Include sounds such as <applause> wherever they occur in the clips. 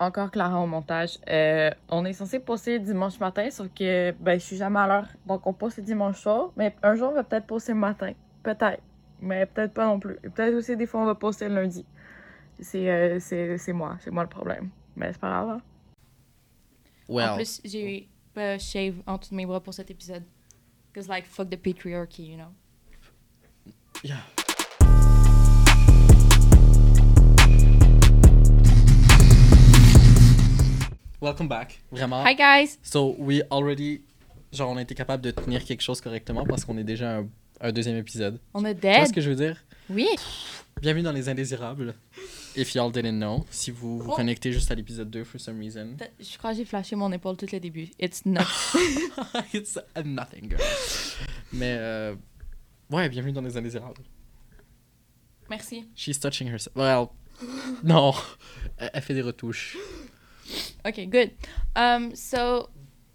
Encore Clara au montage. Euh, on est censé poster dimanche matin, sauf que ben, je suis jamais à l'heure. Donc on poste le dimanche soir, mais un jour on va peut-être poster le matin. Peut-être. Mais peut-être pas non plus. Et peut-être aussi des fois on va poster le lundi. C'est euh, c'est- c'est moi, c'est moi le problème. Mais c'est pas grave. hein. En Well, plus, j'ai euh, shave en dessous de mes bras pour cet épisode. Cause like, fuck the patriarchy, you know. yeah. Welcome back, vraiment. Hi guys! So, we already, genre, on a été capable de tenir quelque chose correctement parce qu'on est déjà à un, un deuxième épisode. On est Tu vois ce dead! que je veux dire? Oui! Bienvenue dans Les Indésirables. If y'all didn't know, si vous vous Oh. connectez juste à l'épisode 2 for some <laughs> reason, <laughs> T'as- Je crois que j'ai flashé mon épaule tout le début. It's not. <laughs> it's a nothing, girl. Mais, euh, ouais, bienvenue dans Les Indésirables. Merci. She's touching herself. <laughs> Well, non. Elle elle fait des retouches. Ok, good. Um, so,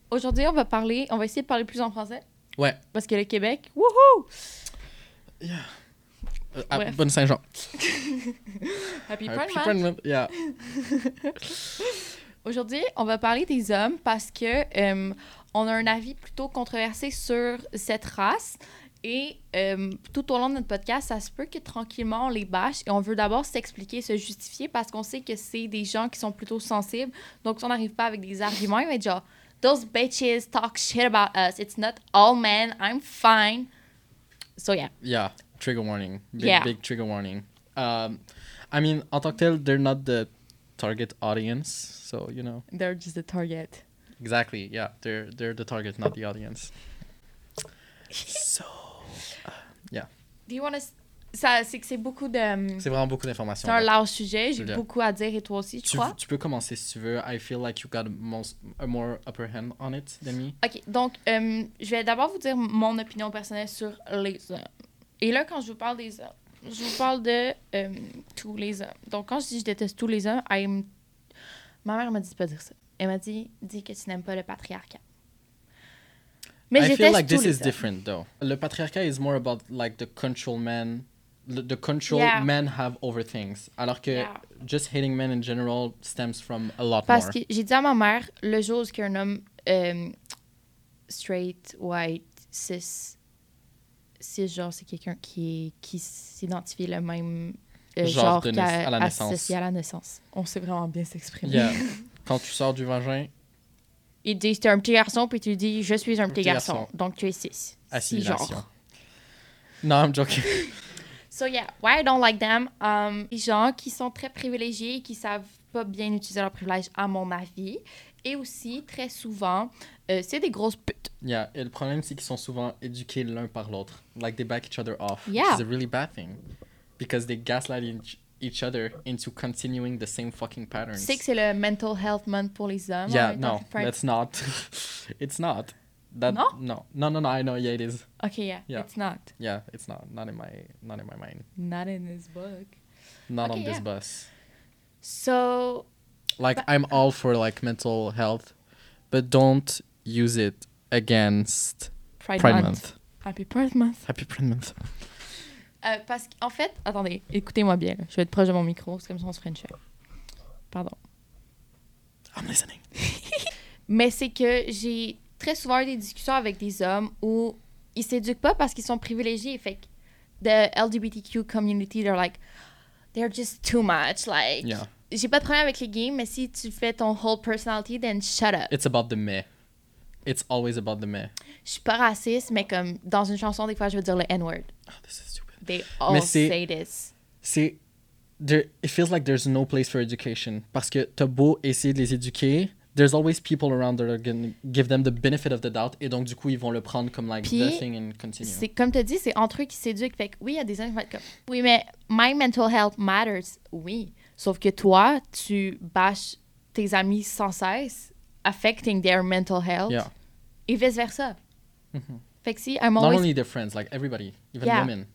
aujourd'hui, on va parler, on va essayer de parler plus en français. Ouais. Parce que le Québec, wouhou! Euh, ah, Bref. bonne Saint-Jean. Happy Euh, Pride puis Month! Pride Month, yeah. Aujourd'hui, on va parler des hommes parce que euh, on a un avis plutôt controversé sur cette race. Et euh, tout au long de notre podcast, ça se peut que tranquillement on les bâche et on veut d'abord s'expliquer, se justifier parce qu'on sait que c'est des gens qui sont plutôt sensibles. Donc, si on n'arrive pas avec des arguments, il va être genre Those bitches talk shit about us. It's not all men. I'm fine. So, yeah. Yeah. Trigger warning. Big, Yeah. big trigger warning. Um, I mean, en tant que tel, they're not the target audience. So, you know. They're just the target. Exactly. Yeah. They're, they're the target, not the audience. So. Do you want to. Ça, c'est que c'est beaucoup de. C'est vraiment beaucoup d'informations. C'est un là. large sujet. J'ai Julia. beaucoup à dire et toi aussi, je Tu, crois. tu peux commencer si tu veux. I feel like you got most, a more upper hand on it than me. OK, donc, euh, je vais d'abord vous dire mon opinion personnelle sur les hommes. Et là, quand je vous parle des hommes, je vous parle de euh, tous les hommes. Donc, quand je dis je déteste tous les hommes, I'm- ma mère m'a dit de pas dire ça. Elle m'a dit, dis que tu n'aimes pas le patriarcat. Mais je I feel déteste like tous this les is hommes. different though. Le patriarcat is more about like the control men, the the control Yeah. men have over things. Alors que Yeah. just hating men in general stems from a lot Parce more. que j'ai dit à ma mère, le jour où est-ce qu'un homme euh, straight, white, cis, cisgenre, c'est quelqu'un qui, est- qui s'identifie le même euh, Genre genre, de naiss- qu'à- à la naissance. associé à la naissance. On sait vraiment bien s'exprimer. <laughs> Yeah. Quand tu sors du vagin, Ils te disent, t'es un petit garçon, puis tu dis, je suis un petit, Petit garçon. garçon. Donc, tu es cis. assimilation. Cisgenre. Non, I'm joking. So yeah, why I don't like them. Um, les gens qui sont très privilégiés et qui savent pas bien utiliser leurs privilèges, à mon avis. Et aussi, très souvent, euh, c'est des grosses putes. Yeah. Et le problème c'est qu'ils sont souvent éduqués l'un par l'autre. Like they back each other off. Yeah. Which is a really bad thing. Because they gaslight each, each other into continuing the same fucking patterns. Tu sais que c'est le Mental Health Month pour les hommes. en Yeah, même temps no, que Pride- that's not. it's not. <laughs> That No? no, no, no, no. I know. Yeah, it is. OK, yeah. Yeah. It's not. Yeah, it's not. Not in my. Not in my mind. Not in this book. Not Okay, on this yeah. bus. So, Like But- I'm all for like mental health, but don't use it against Pride, Pride, month. month. Happy Pride Month. Happy Pride Month. Euh, parce qu'en fait, attendez, écoutez-moi bien. là. Je vais être proche de mon micro, c'est comme si on se frenchait. Pardon. I'm listening. Mais c'est que j'ai très souvent eu des discussions avec des hommes où ils s'éduquent pas parce qu'ils sont privilégiés. Fait que the LGBTQ community, they're like, they're just too much. Like, Yeah, j'ai pas de problème avec les gays, mais si tu fais ton whole personality, then shut up. it's about the me. It's always about the me. je suis pas raciste, mais comme dans une chanson, des fois, je veux dire le N-word. Oh, this is stupid. They all Mais c'est- say this. c'est there it feels like there's no place for education parce que t'as beau essayer de les éduquer there's always people around that are gonna give them the benefit of the doubt et donc du coup ils vont le prendre comme like Puis, the thing and continue C'est comme tu dis, c'est entre eux qui s'éduquent. Fait que oui, il y a des gens qui vont être comme Oui, mais my mental health matters. Oui. Sauf que toi, tu bâches tes amis sans cesse, affecting their mental health. yeah Mm-hmm. Et vice-versa. Fait que si, I'm not always. only their friends like everybody even Yeah. women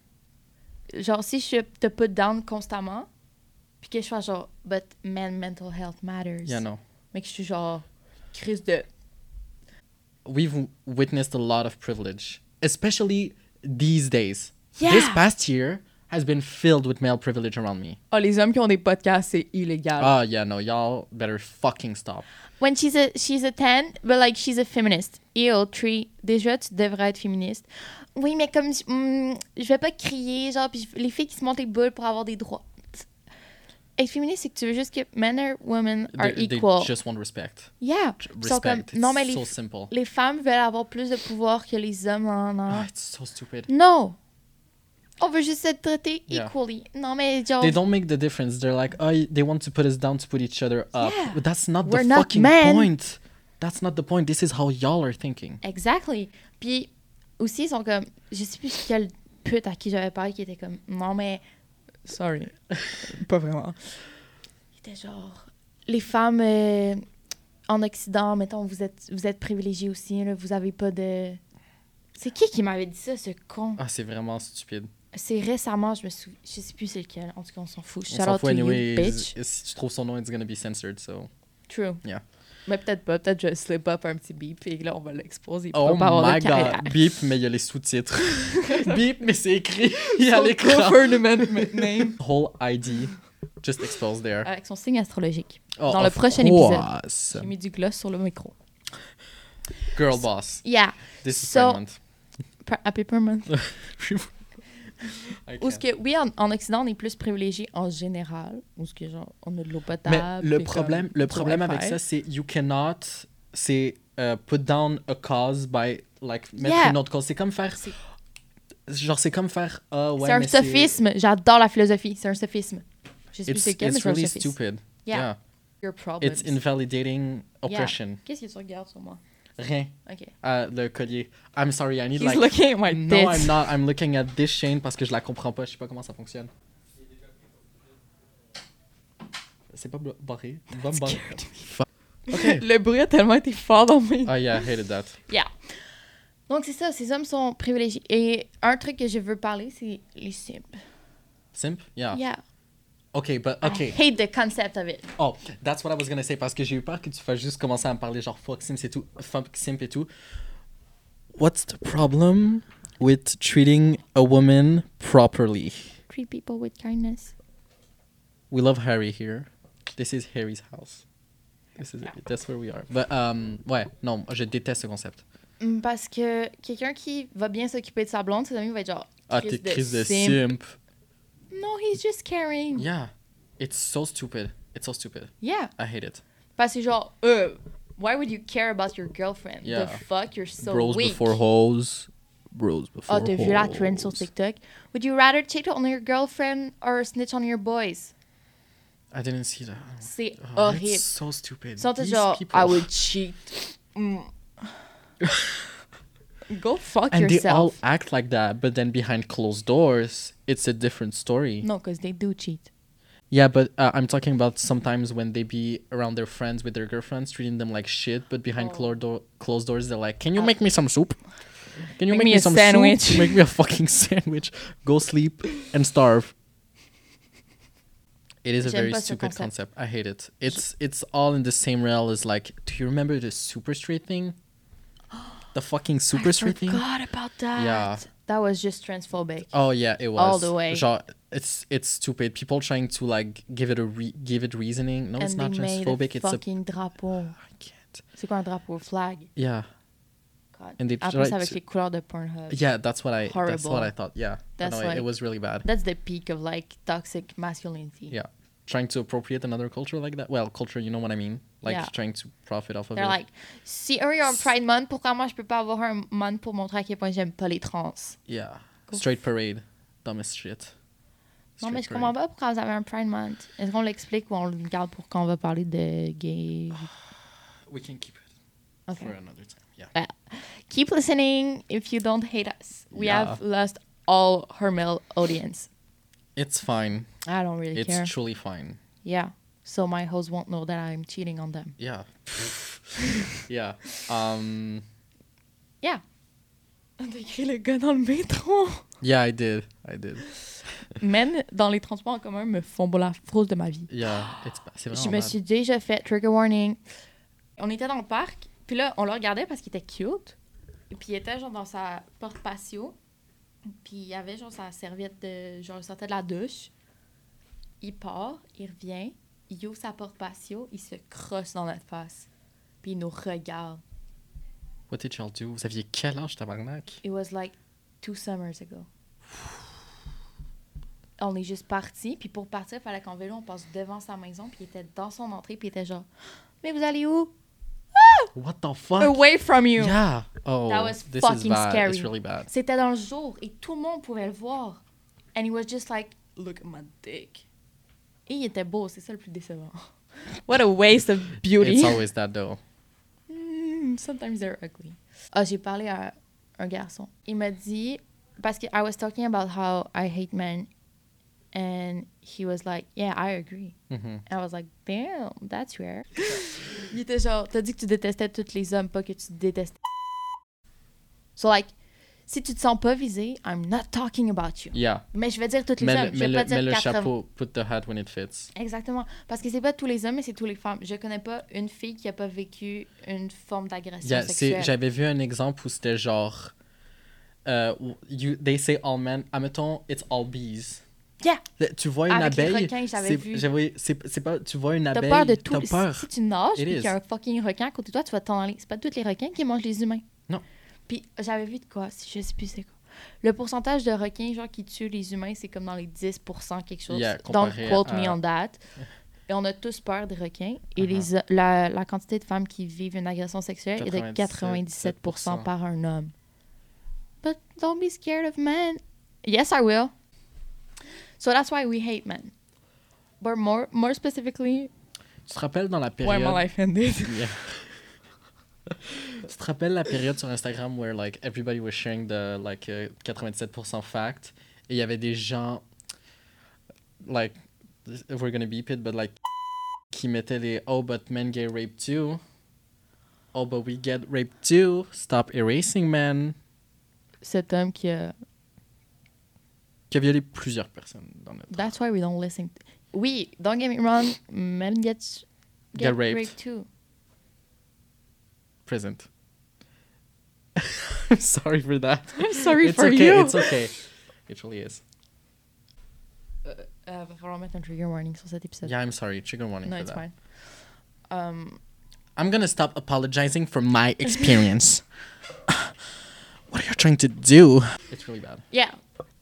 Genre, si je te put down constamment, puis que je sois genre, but man, mental health matters. yeah no Mais que je suis genre, crise de. we've w- witnessed a lot of privilege especially these days Yeah. this past year has been filled with male privilege around me. Ah, les hommes qui ont des podcasts, c'est illégal. Ah, yeah, no, y'all better fucking stop. When she's a, she's a 10, but like she's a feminist. Ew, tree. Déjà, tu devrais être féministe. Oui, mais comme je- hmm, je vais pas crier, genre, puis je- les filles qui se montent les boules pour avoir des droits. Être féministe, c'est que tu veux juste que men and women are They, they equal. just want respect. Yeah. J- Ils sont comme- Respect. non, mais it's so les, simple. les femmes veulent avoir plus de pouvoir que les hommes. Non, non. Ah, it's so stupid. Non. On veut juste être traité Yeah. equally. Non, mais genre, They don't make the difference. They're like, oh, y- they want to put us down to put each other up. Yeah. But that's not We're the not fucking men. point. That's not the point. This is how y'all are thinking. Exactly. Puis aussi, ils sont comme. Je sais plus quelle pute à qui j'avais parlé qui était comme. Non, mais. Sorry. <laughs> Pas vraiment. Il était genre. Les femmes euh, en Occident, mettons, vous êtes, vous êtes privilégiés aussi. Là, vous avez pas de. C'est qui qui m'avait dit ça, ce con? Ah, c'est vraiment stupide. C'est récemment, je me souviens. Je sais plus c'est lequel. En tout cas, on s'en fout. On Shout s'en out fout to you, anyway. bitch. Si tu trouves son nom, it's gonna be censored, so... True. Yeah. Mais peut-être pas. Peut-être je slip up un petit beep et là, on va l'exposer. puis Oh on va avoir my notre carrière. god, beep, mais il y a les <laughs> sous-titres. beep, mais c'est écrit. Il y a Son l'écran. government name. Whole ID, just exposed there. <laughs> Avec son signe astrologique. Oh, dans le of prochain épisode. course. J'ai mis du gloss sur le micro. Girl boss, Yeah. this is So- pregnant. Pa- À Peppermint. <laughs> I Ou can't. ce que, oui, en, en Occident, on est plus privilégié en général. Ou ce que, genre, on a de l'eau Mais potable. le puis problème, comme le du problème avec Wi-Fi. ça, c'est you cannot, c'est euh, put down a cause by like mettre Yeah. une autre cause. C'est comme faire, C'est- genre c'est comme faire ah ouais c'est un mais c'est- sophisme. J'adore la philosophie. C'est un sophisme. Je sais plus It's, c'est quel, mais it's c'est un really sophisme. stupid. Yeah. Oh, Yeah. Your problems. It's invalidating oppression. Qu'est-ce que tu regardes sur moi? Rien. OK. Ah, le collier. I'm sorry, I need He's like. looking at my No, tits. I'm not. I'm looking at this chain parce que je la comprends pas. Je sais pas comment ça fonctionne. C'est pas blo- barré. Va me barrer. scared Fuck. Ok. <laughs> Le bruit a tellement été fort dans mes Ah, yeah, I hated that. Yeah. Donc, c'est ça, ces hommes sont privilégiés. Et un truc que je veux parler, c'est les sims. Simp? Yeah. Yeah. Ok, but I Ah. ok. hate the concept of it. Oh, that's what I was gonna say parce que j'ai eu peur que tu fasses juste commencer à me parler genre fuck simp et tout, fuck simp et tout. What's the problem with treating a woman properly? Treat people with kindness. we love Harry here. This is Harry's house. This is it. That's where we are. But um, ouais, non, je déteste ce concept. Mm, Parce que quelqu'un qui va bien s'occuper de sa blonde, ses amis vont être genre. Ah, Chris t'es de crise de simp. simp. Non, he's just caring. Yeah. Yeah, it's so stupid. It's so stupid. I hate it. Parce que genre, euh, why would you care about your girlfriend? Yeah. The fuck, you're so Bros weak. before hoes. Bros before oh, hoes. t'as vu la trend sur TikTok? Would you rather cheat on your girlfriend or snitch on your boys? I didn't see that. C'est Oh, horrible. it's so stupid. Ils sont tous These genre, people. <laughs> I would cheat. Mm. Go fuck And they all yourself. act like that, but then behind closed doors, it's a different story. No, because they do cheat. Yeah, but uh, I'm talking about sometimes when they be around their friends with their girlfriends, treating them like shit, but behind Oh. closed, door- closed doors, they're like, "Can you Uh, make me some soup? Can you make make, me me, a some sandwich." Soup? <laughs> Make me a fucking sandwich. Go sleep and starve." It is a J'aime very pas ce stupid concept. concept. I hate it. It's it's all in the same rail as like, do you remember the super straight <gasps> thing? The fucking super straight I thing. forgot about that. Yeah. That was just transphobic. Oh yeah, it was All the way. Genre, it's it's stupid. People trying to like give it a re- give it reasoning. No, it's And not they made transphobic. a It's a fucking drapeau. I can't. C'est quoi un drapeau? Flag. Yeah, God. And they En plus, tried avec to- les couleurs de Pornhub. yeah. That's what I. That's Horrible. what I thought. Yeah. I That's know, it- like- it was really bad. That's the peak of like toxic masculinity. Yeah, trying to appropriate another culture like that. Well, culture, you know what I mean. Like Yeah. trying to profit off of They're it. like, si eux ils ont un Pride Month, pourquoi moi je peux pas avoir un month pour montrer à quel point j'aime pas les trans? yeah, Go straight parade, dumbest shit. Non, mais Straight je comprends parade. pas pourquoi vous avez un Pride Month. Est-ce qu'on l'explique ou on le garde pour quand on va parler de <sighs> gay? We can keep it Ok. for another time. Yeah. Bah, Keep listening if you don't hate us. We Yeah. have lost all her male audience. It's fine. I don't really It's care. truly fine. Yeah. So my host won't know that I'm cheating on <laughs> them. Yeah. <laughs> yeah. Um. Yeah. On a écrit le gars dans le métro. Yeah, I did. I did. Même dans les transports en commun me font la frousse de ma vie. Yeah, it's ba- c'est Je vraiment me bad. suis déjà fait trigger warning. On était dans le parc, puis là, on le regardait parce qu'il était cute. Et puis il était genre dans sa porte patio. Puis il y avait genre sa serviette de. Genre, il sortait de la douche. Il part, il revient, il ouvre sa porte patio, il se crosse dans notre face. Puis il nous regarde. What did y'all do? Vous aviez quel âge, tabarnak? It was like two summers ago. <sighs> On est juste parti, puis pour partir, il fallait qu'en vélo, on passe devant sa maison, puis il était dans son entrée, puis il était genre Mais vous allez où What the fuck? Away from you Yeah. Oh, That was this is fucking bad. scary. It's really bad. C'était dans le jour, et tout le monde pouvait le voir. And he was just like Look at my dick. Et il était beau, c'est ça le plus décevant. What a waste of beauty. It's always that though. Mm, sometimes they're ugly. Ah, j'ai parlé à un garçon. Il m'a dit parce que I was talking about how I hate men and he was like, "Yeah, I agree." Mhm. I was like, "Damn, that's rare." Il était genre, "T'as dit que tu détestais tous les hommes, pas que tu détestais." So like si tu te sens pas visé, I'm not talking about you. Yeah. Mais je vais dire tous les Mets hommes, le, je mets vais le- pas dire mets le 80. chapeau, put the hat when it fits. Exactement, parce que c'est pas tous les hommes, mais c'est tous les femmes. Je connais pas une fille qui a pas vécu une forme d'agression Yeah, c'est- sexuelle. J'avais vu un exemple où c'était genre. euh, you, they say all men. Admettons, it's all bees. Yeah. Tu vois une Avec les abeille. requins, j'avais c'est- vu. j'avais- C'est c'est pas. Tu vois une T'as abeille. peur de tout. T'as peur. Si, si tu nages It et qu'il y a is. un fucking requin à côté de toi, tu vas t'en aller. C'est pas tous les requins qui mangent les humains. Non. Puis j'avais vu de quoi, si je sais plus c'est quoi. Le pourcentage de requins genre qui tuent les humains, c'est comme dans les 10 quelque chose. Yeah, Donc comparé quote me à- <laughs> on that. Et on a tous peur des requins et Mhm. les la, la quantité de femmes qui vivent une agression sexuelle est de 97 par un homme. But don't be scared of men. Yes, I will. So that's why we hate men. But more more specifically, Tu te rappelles dans la why période. my life ended. <laughs> Yeah. tu te rappelles la période sur Instagram where like everybody was sharing the like euh, 97% fact et il y avait des gens like we're gonna beep it but like qui mettaient les oh but men get raped too oh but we get raped too stop erasing men Cet homme qui a. qui a violé plusieurs personnes dans notre That's why we don't listen. t- Oui, don't get me wrong, men get, Get raped. too. present <laughs> I'm sorry for that I'm <laughs> sorry it's for okay you. it's okay it really is Euh, va falloir mettre un trigger warning sur cet épisode. yeah I'm sorry trigger warning no, for it's that fine. Um, I'm gonna stop apologizing for my experience. <laughs> what are you trying to do? It's really bad. yeah.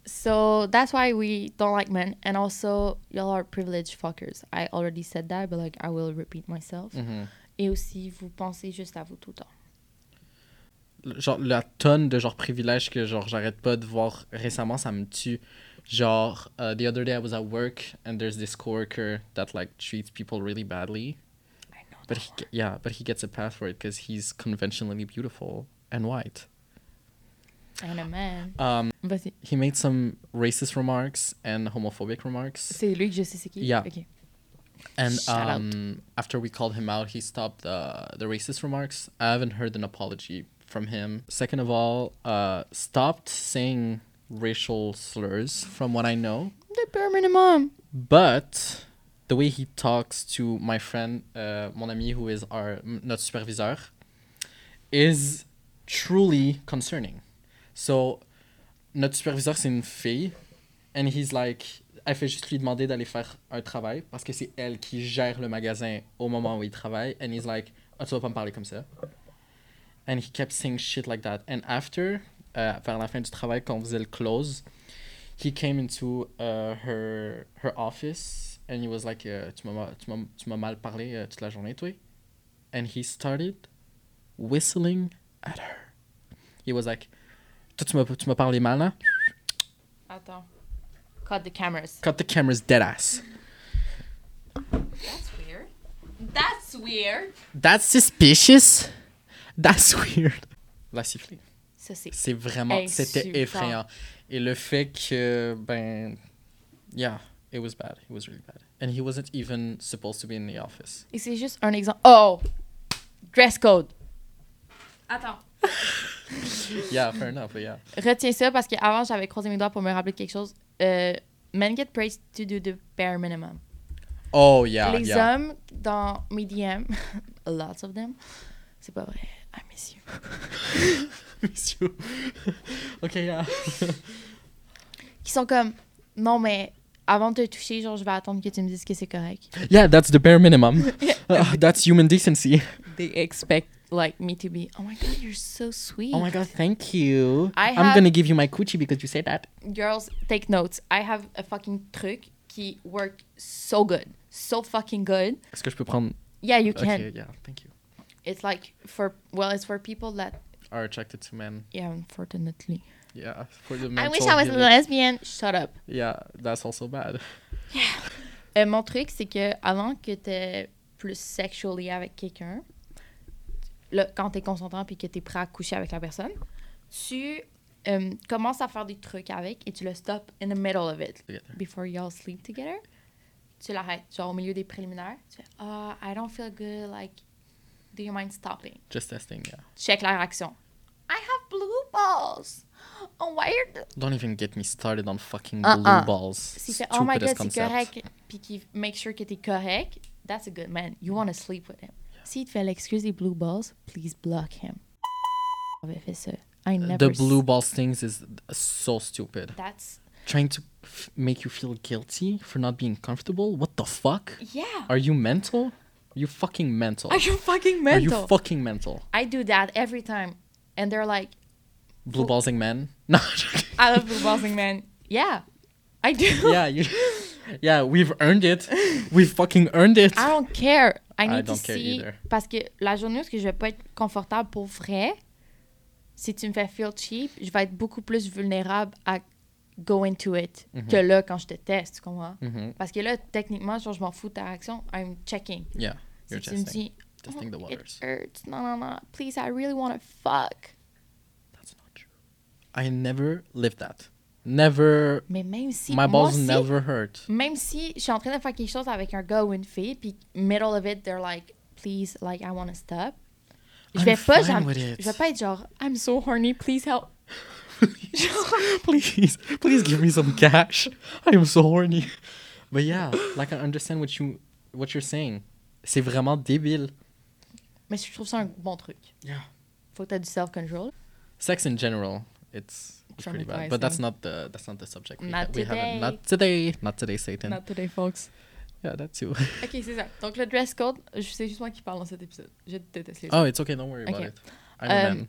So that's why we don't like men, and also y'all are privileged fuckers. I already said that, but like I will repeat myself. Mm-hmm. Et aussi, vous pensez juste à vous tout le temps. Genre, la tonne de genre privilèges que genre j'arrête pas de voir récemment, ça me tue. Genre, uh, the other day I was at work and there's this coworker that like treats people really badly. I know. But he, ge- yeah, but he gets a pass for it because he's conventionally beautiful and white. And a man. Um, Vas-y. he made some racist remarks and homophobic remarks. C'est lui que je sais c'est qui. Yeah. Ok. And Shout out. um, after we called him out, he stopped uh, the racist remarks. I haven't heard an apology from him. Second of all, uh, stopped saying racial slurs, from what I know. The bare minimum. But the way he talks to my friend, uh, mon ami, who is our m- notre supervisor, is truly concerning. So, notre superviseur, c'est une fille, and he's like, elle fait juste lui demander d'aller faire un travail parce que c'est elle qui gère le magasin au moment où il travaille, and he's like, ah, tu vas pas me parler comme ça. And he kept saying shit like that. And after, euh, vers la fin du travail, quand on faisait le close, he came into uh, her her office and he was like euh, tu m'as ma- tu m'as tu m'as mal parlé euh, toute la journée toi and he started whistling at her he was like toi tu m'as tu m'as parlé mal hein Attends. Cut the cameras. cut the cameras dead ass That's weird. That's weird. that's suspicious that's <laughs> weird la sifflée Ça c'est. c'est vraiment c'était Insultant. effrayant et le fait que ben yeah it was bad it was really bad and he wasn't even supposed to be in the office Et c'est juste un exemple. Oh, dress code. Attends. yeah fair enough but yeah Retiens ça parce qu'avant j'avais croisé mes doigts pour me rappeler de quelque chose. Euh, men get praised to do the bare minimum. Oh yeah, Les yeah. <laughs> hommes dans mes DM, lots of them, c'est pas vrai. I miss you. <laughs> Miss you. <laughs> okay, yeah. Qui sont comme, non, mais avant de te toucher, genre, je vais attendre que tu me dises que c'est correct. <laughs> Yeah, that's the bare <laughs> minimum. Uh, that's human decency. They expect, like, me to be, oh my god, you're so <laughs> sweet. Oh my god, thank you. I I'm have- gonna give you my coochie because you said that. Girls, take notes. I have a fucking truc qui work so good. So fucking good. Est-ce que je peux prendre? Yeah, you can. Okay, yeah, thank you. It's like for, well, it's for people that, Are attracted to men. yeah, unfortunately. Yeah, for the I mental wish I was a healing. lesbian. Shut up. Yeah, that's also bad. <laughs> Euh, mon truc, c'est que avant que t'es plus sexually avec quelqu'un, là, quand t'es consentant puis que t'es prêt à coucher avec la personne, tu euh, commences à faire des trucs avec et tu le stops in the middle of it. Together. Before y'all sleep together. Tu l'arrêtes, genre au milieu des préliminaires. Tu fais Ah, I don't feel good, like, do you mind stopping? Just testing, yeah. Check la réaction. I have blue balls! Oh, why are the- Don't even get me started on fucking Uh-uh. blue balls. S'il fait Oh my god, Stupidest c'est concept. correct, puis qu'il make sure que t'es correct, that's a good man. You want to sleep with him. S'il te fait l'excuse des blue balls, please block him. J'avais fait ça. I never. The s- blue balls things is so stupid. That's. Trying to f- make you feel guilty for not being comfortable? What the fuck? Yeah. Are you mental? Are you fucking mental? Are you fucking Are mental? you fucking mental? I do that every time. And they're like, Blue ballsing men? <laughs> No. I love blue ballsing man. Yeah. I do. yeah, you. Yeah, we've earned it. We fucking earned it. I don't care. I need don't to care see. either. Parce que la journée où est-ce que je vais pas être confortable pour vrai, si tu me fais feel cheap, je vais être beaucoup plus vulnérable à go into it Mm-hmm. que là quand je te teste, tu comprends? Mhm. Parce que là, techniquement, genre, je m'en fous de ta réaction. I'm checking. Yeah, Si you're tu me testing. dis, Testing the "Oh, waters. it hurts, non, non, non, please, I really want to fuck. That's not true. I never lived that. Never. Mais même si, My moi balls aussi, never <laughs> hurt. <laughs> même si je suis en train de faire quelque chose avec un gars ou une fille, puis middle of it, they're like, please, like, I want to stop. Je I'm vais pas, fine genre, with it. je vais pas être genre, I'm so horny, please help. please, please give me some cash. I am so horny. But yeah, like I understand what you what you're saying. C'est vraiment débile. Mais je trouve ça un bon truc. Yeah. Faut que t'aies du self-control. Sex in general, it's, it's pretty bad. But that's Traumatizing. not the that's not the subject. We, Not we today. haven't not today. Not today, Satan. today, folks. Yeah, that too. Ok, c'est ça. Donc, le dress code, je- c'est juste moi qui parle dans cet épisode. Je déteste les <laughs> gens. oh, it's okay. Don't worry about Okay. it. I'm a Um, man.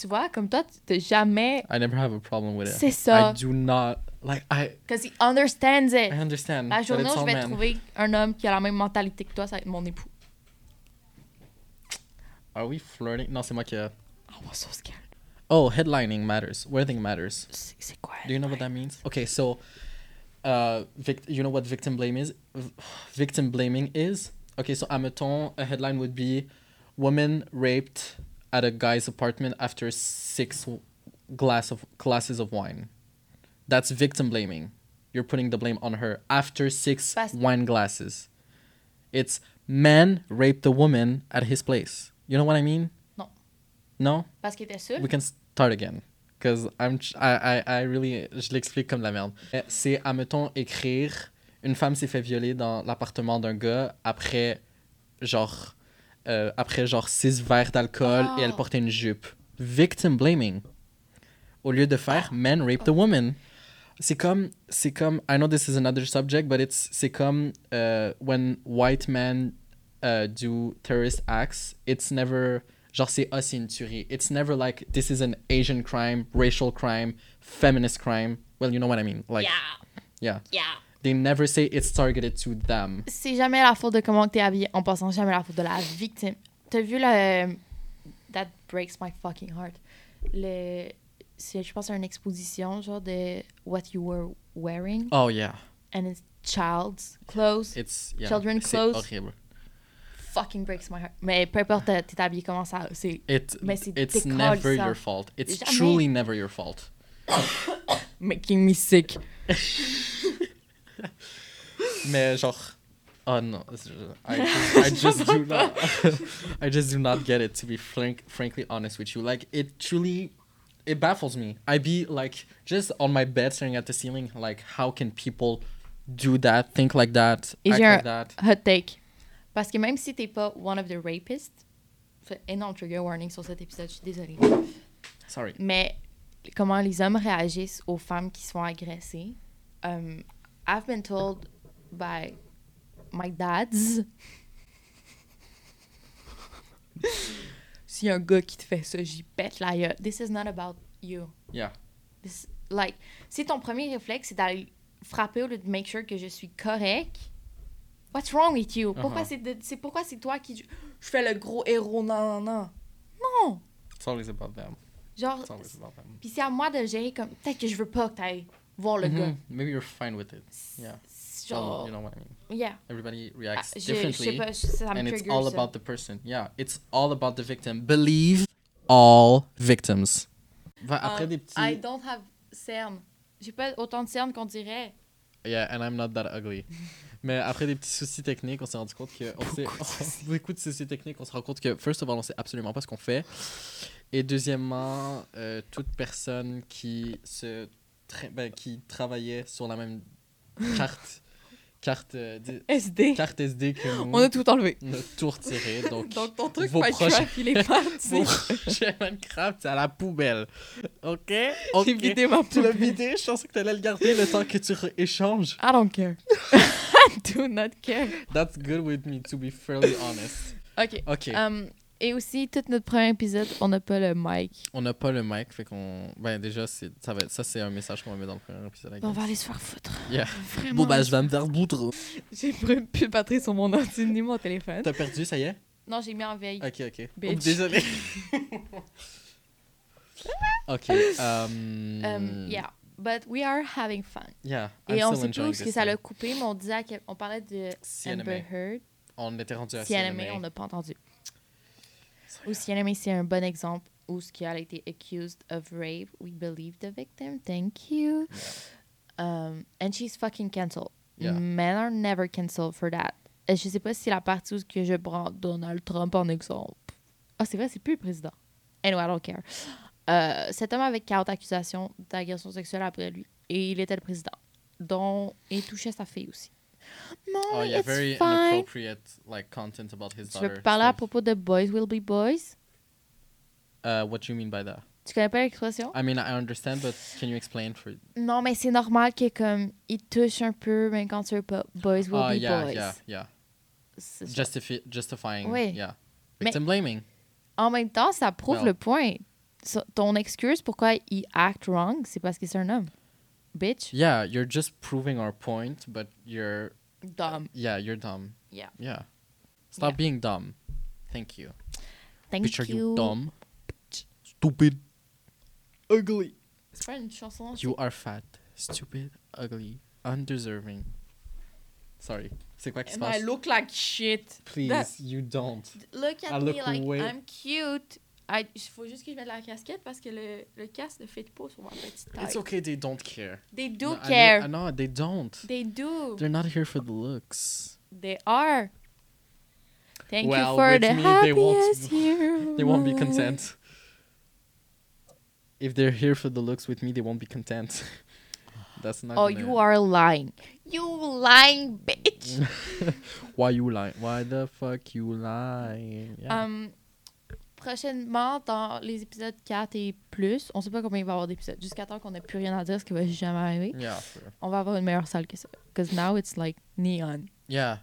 Tu vois, comme toi, tu t'es jamais... I never have a problem with it. C'est ça. I do not like. I Because he understands I it. understand. La that journée it's où je all vais men. trouver un homme qui a la même mentalité que toi, ça va être mon époux. Are we flirting? Non, c'est moi qui. a- I was so scared. Oh, headlining matters. Wording matters. C'est c'est quoi? Do you know what that means? Okay, so uh vic- you know what victim blame is? V- victim blaming is? Okay, so admettons, a headline would be woman raped at a guy's apartment after six w- glass of glasses of wine. That's victim blaming. You're putting the blame on her after six Pas- wine glasses. It's man raped a woman at his place. You know what I mean? Non. No? Parce qu'il était sûr? We can start again. Cause I'm, ch- I, I, I really, je l'explique comme de la merde. Euh, C'est, admettons, écrire une femme s'est fait violer dans l'appartement d'un gars après genre, euh, après genre six verres d'alcool et elle Oh. portait une jupe. Victim blaming. Au lieu de faire men raped a woman. C'est comme, c'est comme, I know this is another subject, but it's, c'est comme uh, when white men uh, do terrorist acts, it's never, genre c'est ah c'est une tuerie. It's never like this is an Asian crime, racial crime, feminist crime. Well, you know what I mean. Like, Yeah, yeah. yeah. They never say it's targeted to them. c'est jamais la faute de comment que t'es habillé en passant jamais la faute de la victime t'as vu le that breaks my fucking heart le c'est je pense à une exposition genre de what you were wearing Oh yeah, and it's child's clothes it it's yeah. Children c'est clothes. horrible. fucking breaks my heart mais peu importe t'es habillé comment ça c'est It, Mais c'est it's décolle, never ça. your fault. It's Jamais. truly never your fault. making me sick Mais genre, oh non, I just, I just do not, <laughs> I just do not get it. To be frank, frankly honest with you, like it truly, it baffles me. I be like just on my bed staring at the ceiling, like how can people do that, think like that, Et act j'ai un like that? hot take. Parce que même si t'es pas one of the rapists, fait énorme trigger warning sur cet épisode, je suis désolée. Sorry. Mais comment les hommes réagissent aux femmes qui se font agresser. Um, I've been told by my dads. <laughs> S'il y a un gars qui te fait ça, j'y pète la gueule. This is not about you. Yeah. This- like, si ton premier réflexe, c'est d'aller frapper au lieu de make sure que je suis correct, what's wrong with you? Pourquoi Uh-huh. c'est de- c'est pourquoi c'est toi qui... Je fais le gros héros, non, non, non. Non! It's always about them. Genre, It's always about them. puis c'est à moi de le gérer comme peut-être que je veux pas que t'ailles voir le gars. Mhm. Maybe you're fine with it. Yeah. C'est Genre, Genre, you know what I mean. yeah. Everybody Ah, reacts je, je differently. sais pas, je- ça me and it's trigger all ça. about the person. Yeah, it's all about the victim. Believe all victims. Va- Après Um, des petits. I don't have cernes. J'ai pas autant de cernes qu'on dirait. Yeah, and I'm not that <laughs> ugly. Mais après des petits soucis techniques, on s'est rendu compte que. On s'est- beaucoup de soucis techniques, on se rend compte que, first of all, on sait absolument pas ce qu'on fait. Et deuxièmement, euh, toute personne qui, se tra- ben, qui travaillait sur la même carte, carte, euh, di- SD. carte SD <laughs> que <laughs> nous, tout enlevé. on a tout retiré. <laughs> Donc, ton vos va être proches- crap, il est parti. <laughs> Vos projets Minecraft, c'est à la poubelle. OK? OK. ma Tu l'as vidé, je pensais que t'allais le garder le temps que tu échanges. I don't care. I <laughs> do not care. That's good with me, to be fairly honest. OK. OK. Um, et aussi, tout notre premier épisode, on n'a pas le mic. On n'a pas le mic, fait qu'on... Ben déjà, c'est- ça, va... être- ça c'est un message qu'on va mettre dans le premier épisode. I On guess. va aller se faire foutre. Yeah. <laughs> Vraiment. Bon, ben je vais me faire boutre. J'ai plus plus de batterie sur mon ordi ni mon téléphone. T'as perdu, ça y est? Non, j'ai mis en veille. OK, OK. Oh, <laughs> Bitch. désolé. OK. Um... Um, yeah, but we are having fun. Yeah, Et I'm on still sait plus enjoying où ce que this ça thing. l'a coupé, mais on disait à quel- on parlait de CNMA. Amber Heard. On était rendu à CNMA, CNMA. on n'a pas entendu. Sorry. Ou CNMA, c'est un bon exemple où ce qui a été accused of rape. We believe the victim. Thank you. Um, and she's fucking canceled. Yeah. Men are never canceled for that. Et je sais pas si la partie où ce que je prends Donald Trump en exemple. Ah, c'est vrai, c'est plus le président. Anyway, I don't care. Euh, cet homme avait 40 accusations d'agression sexuelle après lui. Et il était le président. Dont il touchait sa fille aussi. Non, Oh yeah, it's very fine. inappropriate like content about his Tu daughter. veux parler à stuff. propos de Boys Will Be Boys? Uh, what do you mean by that? Tu connais pas l'expression? I mean, I understand, but can you explain for? Ah, Non, mais c'est normal que comme il te touche un peu, mais quand tu veux pas, Boys Will Oh Be yeah, Boys. yeah, yeah. C'est ça. Justifi- justifying. Oui. Yeah. Mais- Victim blaming. En même temps, ça prouve Non. le point. So- ton excuse pourquoi il act wrong, c'est parce qu'il c'est un homme. Bitch. Yeah, you're just proving our point, but you're Dumb. yeah, you're dumb. Yeah. Yeah. Stop Yeah. being dumb. Thank you. Thank Bitch, are you. you dumb? Stupid. Ugly. C'est pas une chanson. You are fat. Stupid. Ugly. Undeserving. Sorry. C'est quoi qui se passe? look like shit. Please, That- you don't. Look at I me look like way- I'm cute. Il faut juste que je mette la casquette parce que le, le casque ne fit pas sur ma petite taille. It's okay, they don't care. They do No, I know- care. I know, they don't. They do. They're not here for the looks. They are. Thank Well, you for with the me, they won't- happiest year. <laughs> They won't be content. <laughs> If they're here for the looks with me, they won't be content. <laughs> That's not. Oh, gonna- you are lying. You lying bitch. <laughs> Why you lying? Why the fuck you lying? Yeah. Um, prochainement, dans les épisodes 4 et plus, on sait pas combien il va y avoir d'épisodes. Jusqu'à temps qu'on n'ait plus rien à dire, ce qui va jamais arriver. yeah. Sure. On va avoir une meilleure salle que ça. Because now it's like neon. Yeah.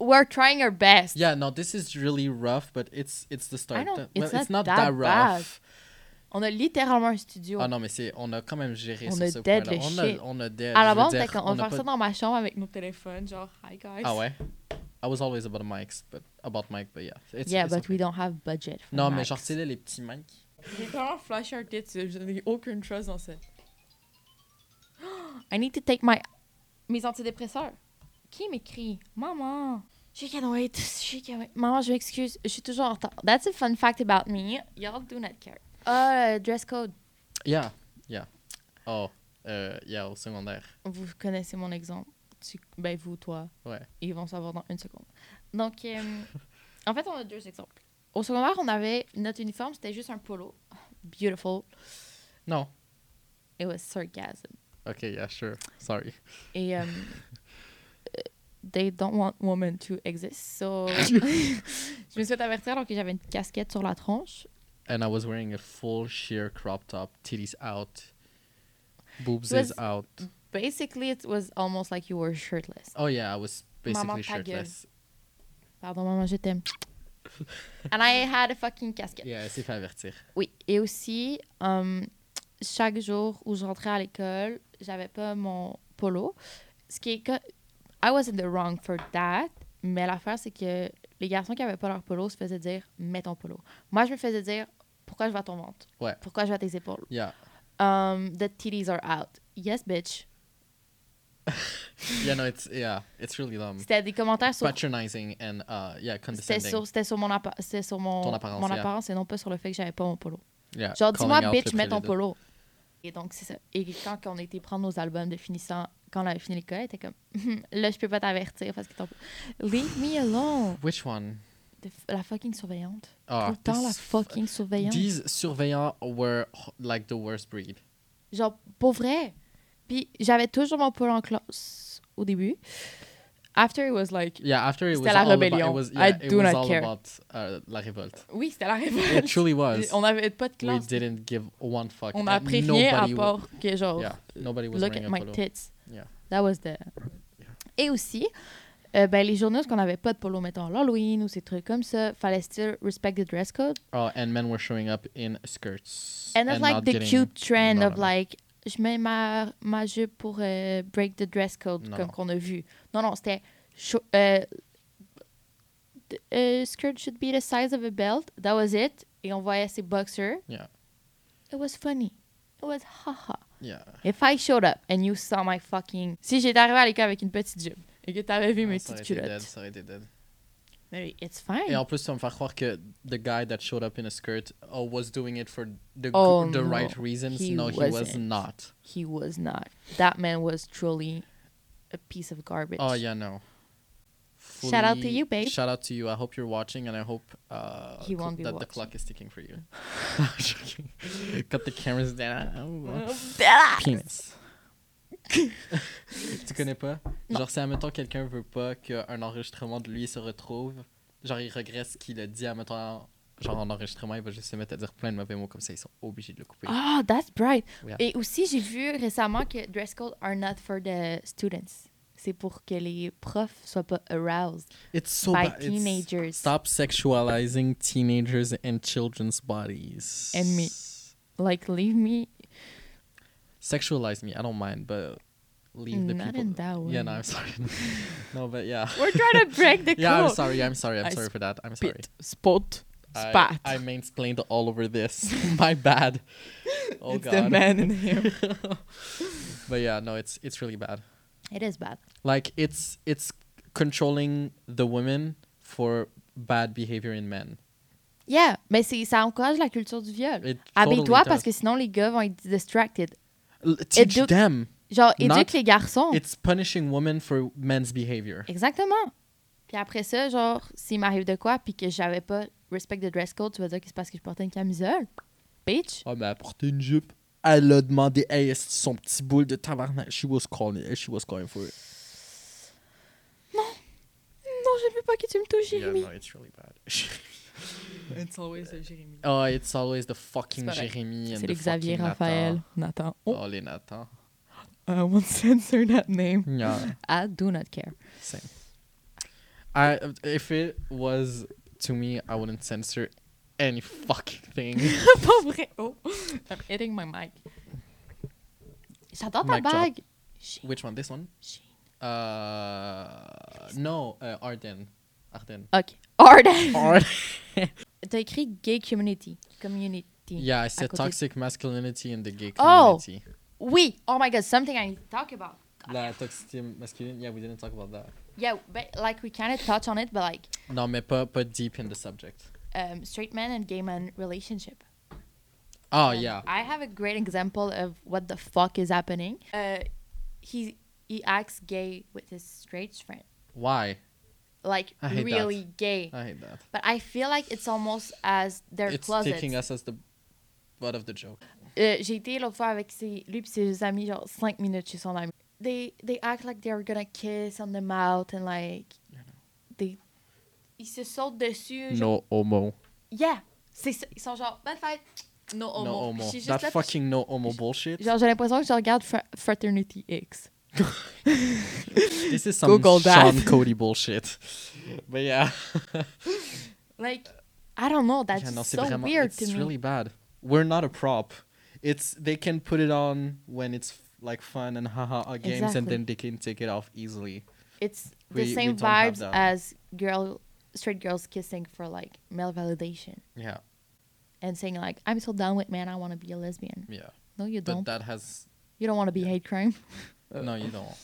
We're trying our best. Yeah. No, this is really rough, but it's it's the start. don't- Th- well, it's not it's not that that, rough. On a littéralement un studio. Ah non, mais c'est on a quand même géré On sur a ce dead point-là. le On a shit. on a dead. à je la veux base, on dire, était comme, on on va a faire ça pas- dans ma chambre avec nos téléphones, genre, hi guys. Ah ouais. I was always about mics, but about mic, but yeah. It's, yeah, it's but okay. we don't have budget. for Non, mais mics. genre, tu sais, là, les petits mics. J'ai vraiment flashé un titre, je n'ai aucune chose dans cette. <gasps> I need to take my mes antidépresseurs. Qui m'écrit? Maman. She can wait. She can wait. Maman, je m'excuse. Je suis toujours en retard. That's a fun fact about me. Y'all do not care. Ah, le dress code. Yeah, yeah. Oh, euh, yeah, au secondaire. Vous connaissez mon exemple. Tu- ben, vous, toi. Ouais. Ils vont savoir dans une seconde. Donc, euh, en fait, on a deux exemples. Au secondaire, on avait notre uniforme, c'était juste un polo. Beautiful. Non. It was sarcasm. Ok, yeah, sure. Sorry. Et euh, um, they don't want women to exist, so Je me suis fait avertir alors que j'avais une casquette sur la tronche. and I was wearing a full sheer crop top, titties out, boobs It was- is out. Basically, it was almost like you were shirtless. Oh yeah, I was basically Maman, ta gueule. shirtless. Pardon, maman, je t'aime. And I had a fucking casquette. Yeah, elle s'est fait avertir. Oui, et aussi, euh, chaque jour où je rentrais à l'école, j'avais pas mon polo. Ce qui est que. I was in the wrong for that. Mais l'affaire, c'est que les garçons qui avaient pas leur polo se faisaient dire mets ton polo. Moi, je me faisais dire pourquoi je vois ton ventre Ouais. Pourquoi je vois tes épaules Yeah, Um, The titties are out. Yes, bitch. yeah, no, it's yeah, it's really dumb, C'était des commentaires sur. patronizing and uh, yeah, C'était condescending. sur, c'était sur mon, appa- c'était sur mon, Ton apparence, mon yeah. apparence et non pas sur le fait que j'avais pas mon polo. Yeah, Genre, calling dis-moi, out bitch, le mets président. ton polo. Et donc, c'est ça. Et quand on était prendre nos albums de finissant, quand on avait fini l'école, elle était comme, <laughs> Hum, là, je peux pas t'avertir parce que ton polo. Leave me alone. Which one? De f- la fucking surveillante. Ah, Tout le temps, la this fu- fucking surveillante. These surveillants were h- like the worst breed. Genre, pour vrai. Puis, j'avais toujours mon polo en classe au début. After, it was like. Yeah, after it was C'était la all about, rébellion. it was, yeah, I it do was not all care. about uh, la révolte. Oui, c'était la It révolte. truly was. <laughs> On n'avait pas de We classe. didn't give one fuck. On and a appris rien à nobody wa- part que, genre, Yeah, nobody was look wearing at a my polo. tits. Yeah. That was the- Yeah. Et aussi, euh, ben, les journées où on n'avait pas de polo, mettons l'Halloween ou ces trucs comme ça, fallait still respect the dress code. Oh, and men were showing up in skirts. And, not like not the getting- cute trend Non, non, of non. like, je mets ma, ma jupe pour euh, break the dress code, Non, comme non. qu'on a vu. Non, non, c'était. cho- euh, the- euh, skirt should be the size of a belt. That was it. Et on voyait ces boxers. Yeah. It was funny. It was haha. Yeah. If I showed up and you saw my fucking. Si j'étais arrivé à l'école avec une petite jupe et que t'avais vu mes Ah, ça aurait petites été dead, culottes. ça aurait été dead. Mais oui, it's fine. Et en plus, tu vas me faire croire que the guy that showed up in a skirt oh, was doing it for the, gr- Oh, the no. right reasons. He no, he was wasn't. not. He was not. That man was truly a piece of garbage. Oh, yeah, no. Shout out to Fully- you, babe. Shout out to you. I hope you're watching and I hope uh, He won't be that the watching. clock is ticking for you. <laughs> Joking. Cut the cameras down. Oh, Ah! Penis. <laughs> tu connais pas? Genre, si, admettons, quelqu'un veut pas qu'un enregistrement de lui se retrouve, genre, il regrette ce qu'il a dit, admettons, en- genre, en enregistrement, il va juste se mettre à dire plein de mauvais mots comme ça, ils sont obligés de le couper. Ah, that's bright. Yeah. Et aussi, j'ai vu récemment que dress code are not for the students. C'est pour que les profs soient pas aroused. It's so By bad. It's- teenagers. Stop sexualizing teenagers and children's bodies. And me. Like, leave me. Sexualize me, I don't mind, but leave the Not people. in Mm, that Yeah, way. no, I'm sorry. <laughs> no, but <laughs> yeah. We're <laughs> trying to break the code. Yeah, I'm sorry, I'm sorry, I'm I sorry for that. I'm sorry. Pit, spot, I- spat. I, mansplained all over this. <laughs> My bad. <laughs> Oh it's the god. <laughs> man in him. But yeah, no, it's it's really bad. It is bad. Like it's it's controlling the women for bad behavior in men. Yeah, mais c'est- ça encourage la culture du viol. It Habille-toi totally parce que does. sinon les gars vont être distracted. L- teach do- them. Genre, éduque Not- les garçons. It's punishing women for men's behavior. Exactement. Puis après ça, genre, s'il m'arrive de quoi, puis que j'avais pas respect de dress code, tu vas dire que c'est parce que je portais une camisole. Bitch. Oh mais elle portait une jupe. Elle a demandé hey, est-ce que son petit boule de tabarnak. She was calling it. She was calling for it. Non, je veux pas que tu me touches, Jérémy. it's really bad. It's always euh, Jérémy. <laughs> oh, it's always the fucking C'est correct. Jérémy and C'est the les Xavier, fucking Oh. Raphaël, Nathan. Nathan. Oh, Oh, les Nathan. I won't censor that name. Yeah. <laughs> I do not care. Same. I if it was to me, I wouldn't censor any fucking <laughs> thing. <laughs> pas vrai. Oh, I'm hitting my mic. J'adore ta Mic drop. bague. Shit, Which one? This one? shit. Uh, no, uh, Arden. <laughs> Arden. Ok. <laughs> Arden. Arden. T'as écrit gay community. Community. yeah, I à said côté. toxic masculinity in the gay Oh. community. Oui. Oh my god, something I need to talk about. La toxicité masculine. Yeah, we didn't talk about that. Yeah, but like we kind of touch on it, but like Non, mais pas, pas deep in the subject. um, straight men and gay men relationship. Oh And yeah. I have a great example of what the fuck is happening. Uh, he he acts gay with his straight friend, Why? like I hate that. really gay. I hate that. but I feel like it's almost as their it's closet. taking us as the butt of the joke. Euh, J'ai été l'autre fois avec ses, lui et ses amis, genre 5 minutes chez son ami. They, they act like they're gonna kiss on the mouth and like. They, ils se sautent dessus. Genre, No homo. Yeah! C'est ça. Ils sont genre, bonne fête! No homo. No homo. Je suis juste That là, puis fucking no homo bullshit. je- Genre, j'ai l'impression que je regarde Fra- Fraternity X. This is some Google that. Sean Cody bullshit. But yeah. Like, I don't know, that's yeah, no, c'est so vraiment- weird it's to me. really bad. We're not a prop. It's they can put it on when it's like fun and haha uh, games, and Exactly. then they can take it off easily. It's the We- we same don't have vibes that. as girl, straight girls kissing for like male validation Yeah, and saying like, I'm so done with man, I want to be a lesbian. yeah. No, you But don't. Uh. that has you don't want to be hate crime. <laughs> no. You don't.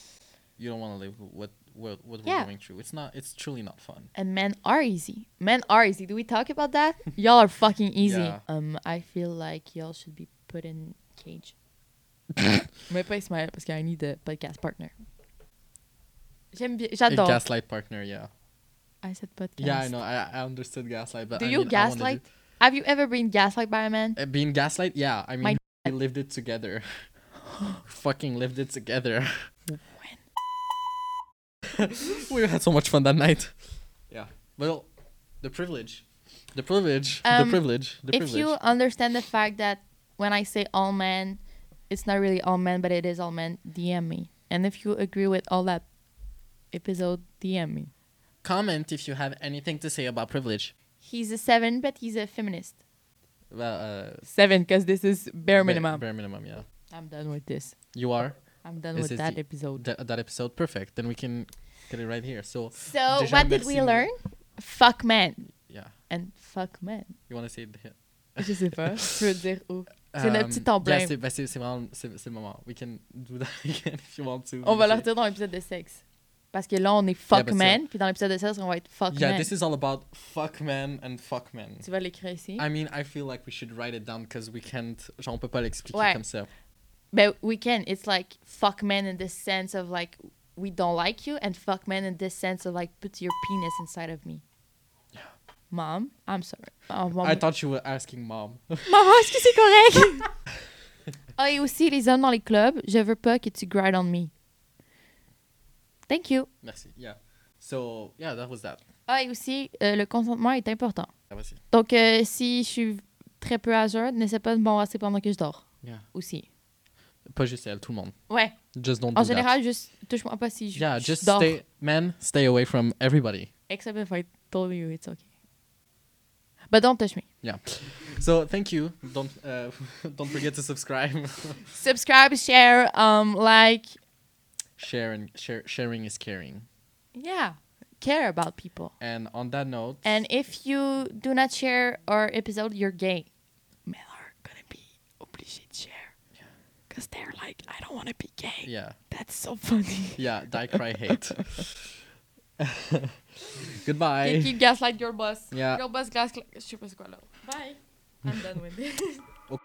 You don't want to live what what what Yeah. we're going through. It's not. It's truly not fun. And men are easy. Men are easy. Do we talk about <laughs> that? y'all are fucking easy. Yeah. Um, I feel like y'all should be put in <laughs> cage. Mais pas Ismaël parce qu'il need a podcast partner. J'aime bien, A j'adore. gaslight partner. Yeah. I said podcast. Yeah, I know. I I understood gaslight, but Do I you mean, I wanna do- gaslight? Have you ever been gaslighted by a man? Uh, being gaslight yeah i mean My we lived it together <laughs> fucking lived it together <laughs> we had so much fun that night yeah well the privilege the privilege Um, the privilege the if privilege you understand the fact that when I say all men, it's not really all men, but it is all men, DM me. And if you agree with all that episode, DM me. comment if you have anything to say about privilege He's a seven, but he's a feminist. well uh Seven, because this is bare ba- minimum. bare minimum yeah I'm done with this. you are I'm done This with is that the- episode. th- that episode perfect then we can get it right here so So, Déjà, what did we merci. learn? Fuck men. yeah And fuck men. you want to say it <laughs> Je sais pas. <laughs> Je veux dire où. C'est Um, notre petit yeah, emblème. c'est ben, c'est- c'est vraiment c'est c'est le moment. We can do that <laughs> again if you want to. on va Because- le retirer dans l'épisode de sexe. Parce que là, on est fuck but men. Puis dans l'épisode de sexe, on va être fuck Yeah, men. this is all about fuck men and fuck men. Tu vas l'écrire ici. I mean, I feel like we should write it down because we can't. Genre, on peut pas l'expliquer Ouais. comme ça. But Ben, we can. It's like fuck men in the sense of like we don't like you, and fuck men in the sense of like put your penis inside of me. Mom, I'm sorry. Oh, mom, I thought you were asking mom. <laughs> Maman, est-ce que c'est correct? ah, et aussi les hommes dans les clubs, je veux pas que tu grind on me. Thank you. Merci. Yeah. So yeah, that was that. Ah, et aussi euh, le consentement est important. That was it. Donc euh, si je suis très peu à jeun, n'essaie pas de m'embrasser pendant que je dors. Yeah. Aussi. Pas juste elle, tout le monde. Ouais. Just don't. En do that. général, juste touche-moi pas si je, Yeah, je just dors. stay, men, stay away from everybody. Except if I told you it's okay. But don't touch me. Yeah. So thank you. Don't uh, <laughs> don't forget to subscribe. <laughs> Subscribe, share, um, like, share and share, sharing is caring. yeah, care about people. And on that note, And if you do not share our episode, you're gay. Men are gonna be obliged to share. Because they're like, I don't wanna be gay. yeah, That's so funny. yeah, die cry hate. <laughs> Goodbye. Thank <laughs> you, gaslight your boss. Yeah. Your boss gaslight. Je sais pas c'est quoi là. Bye. I'm done with this.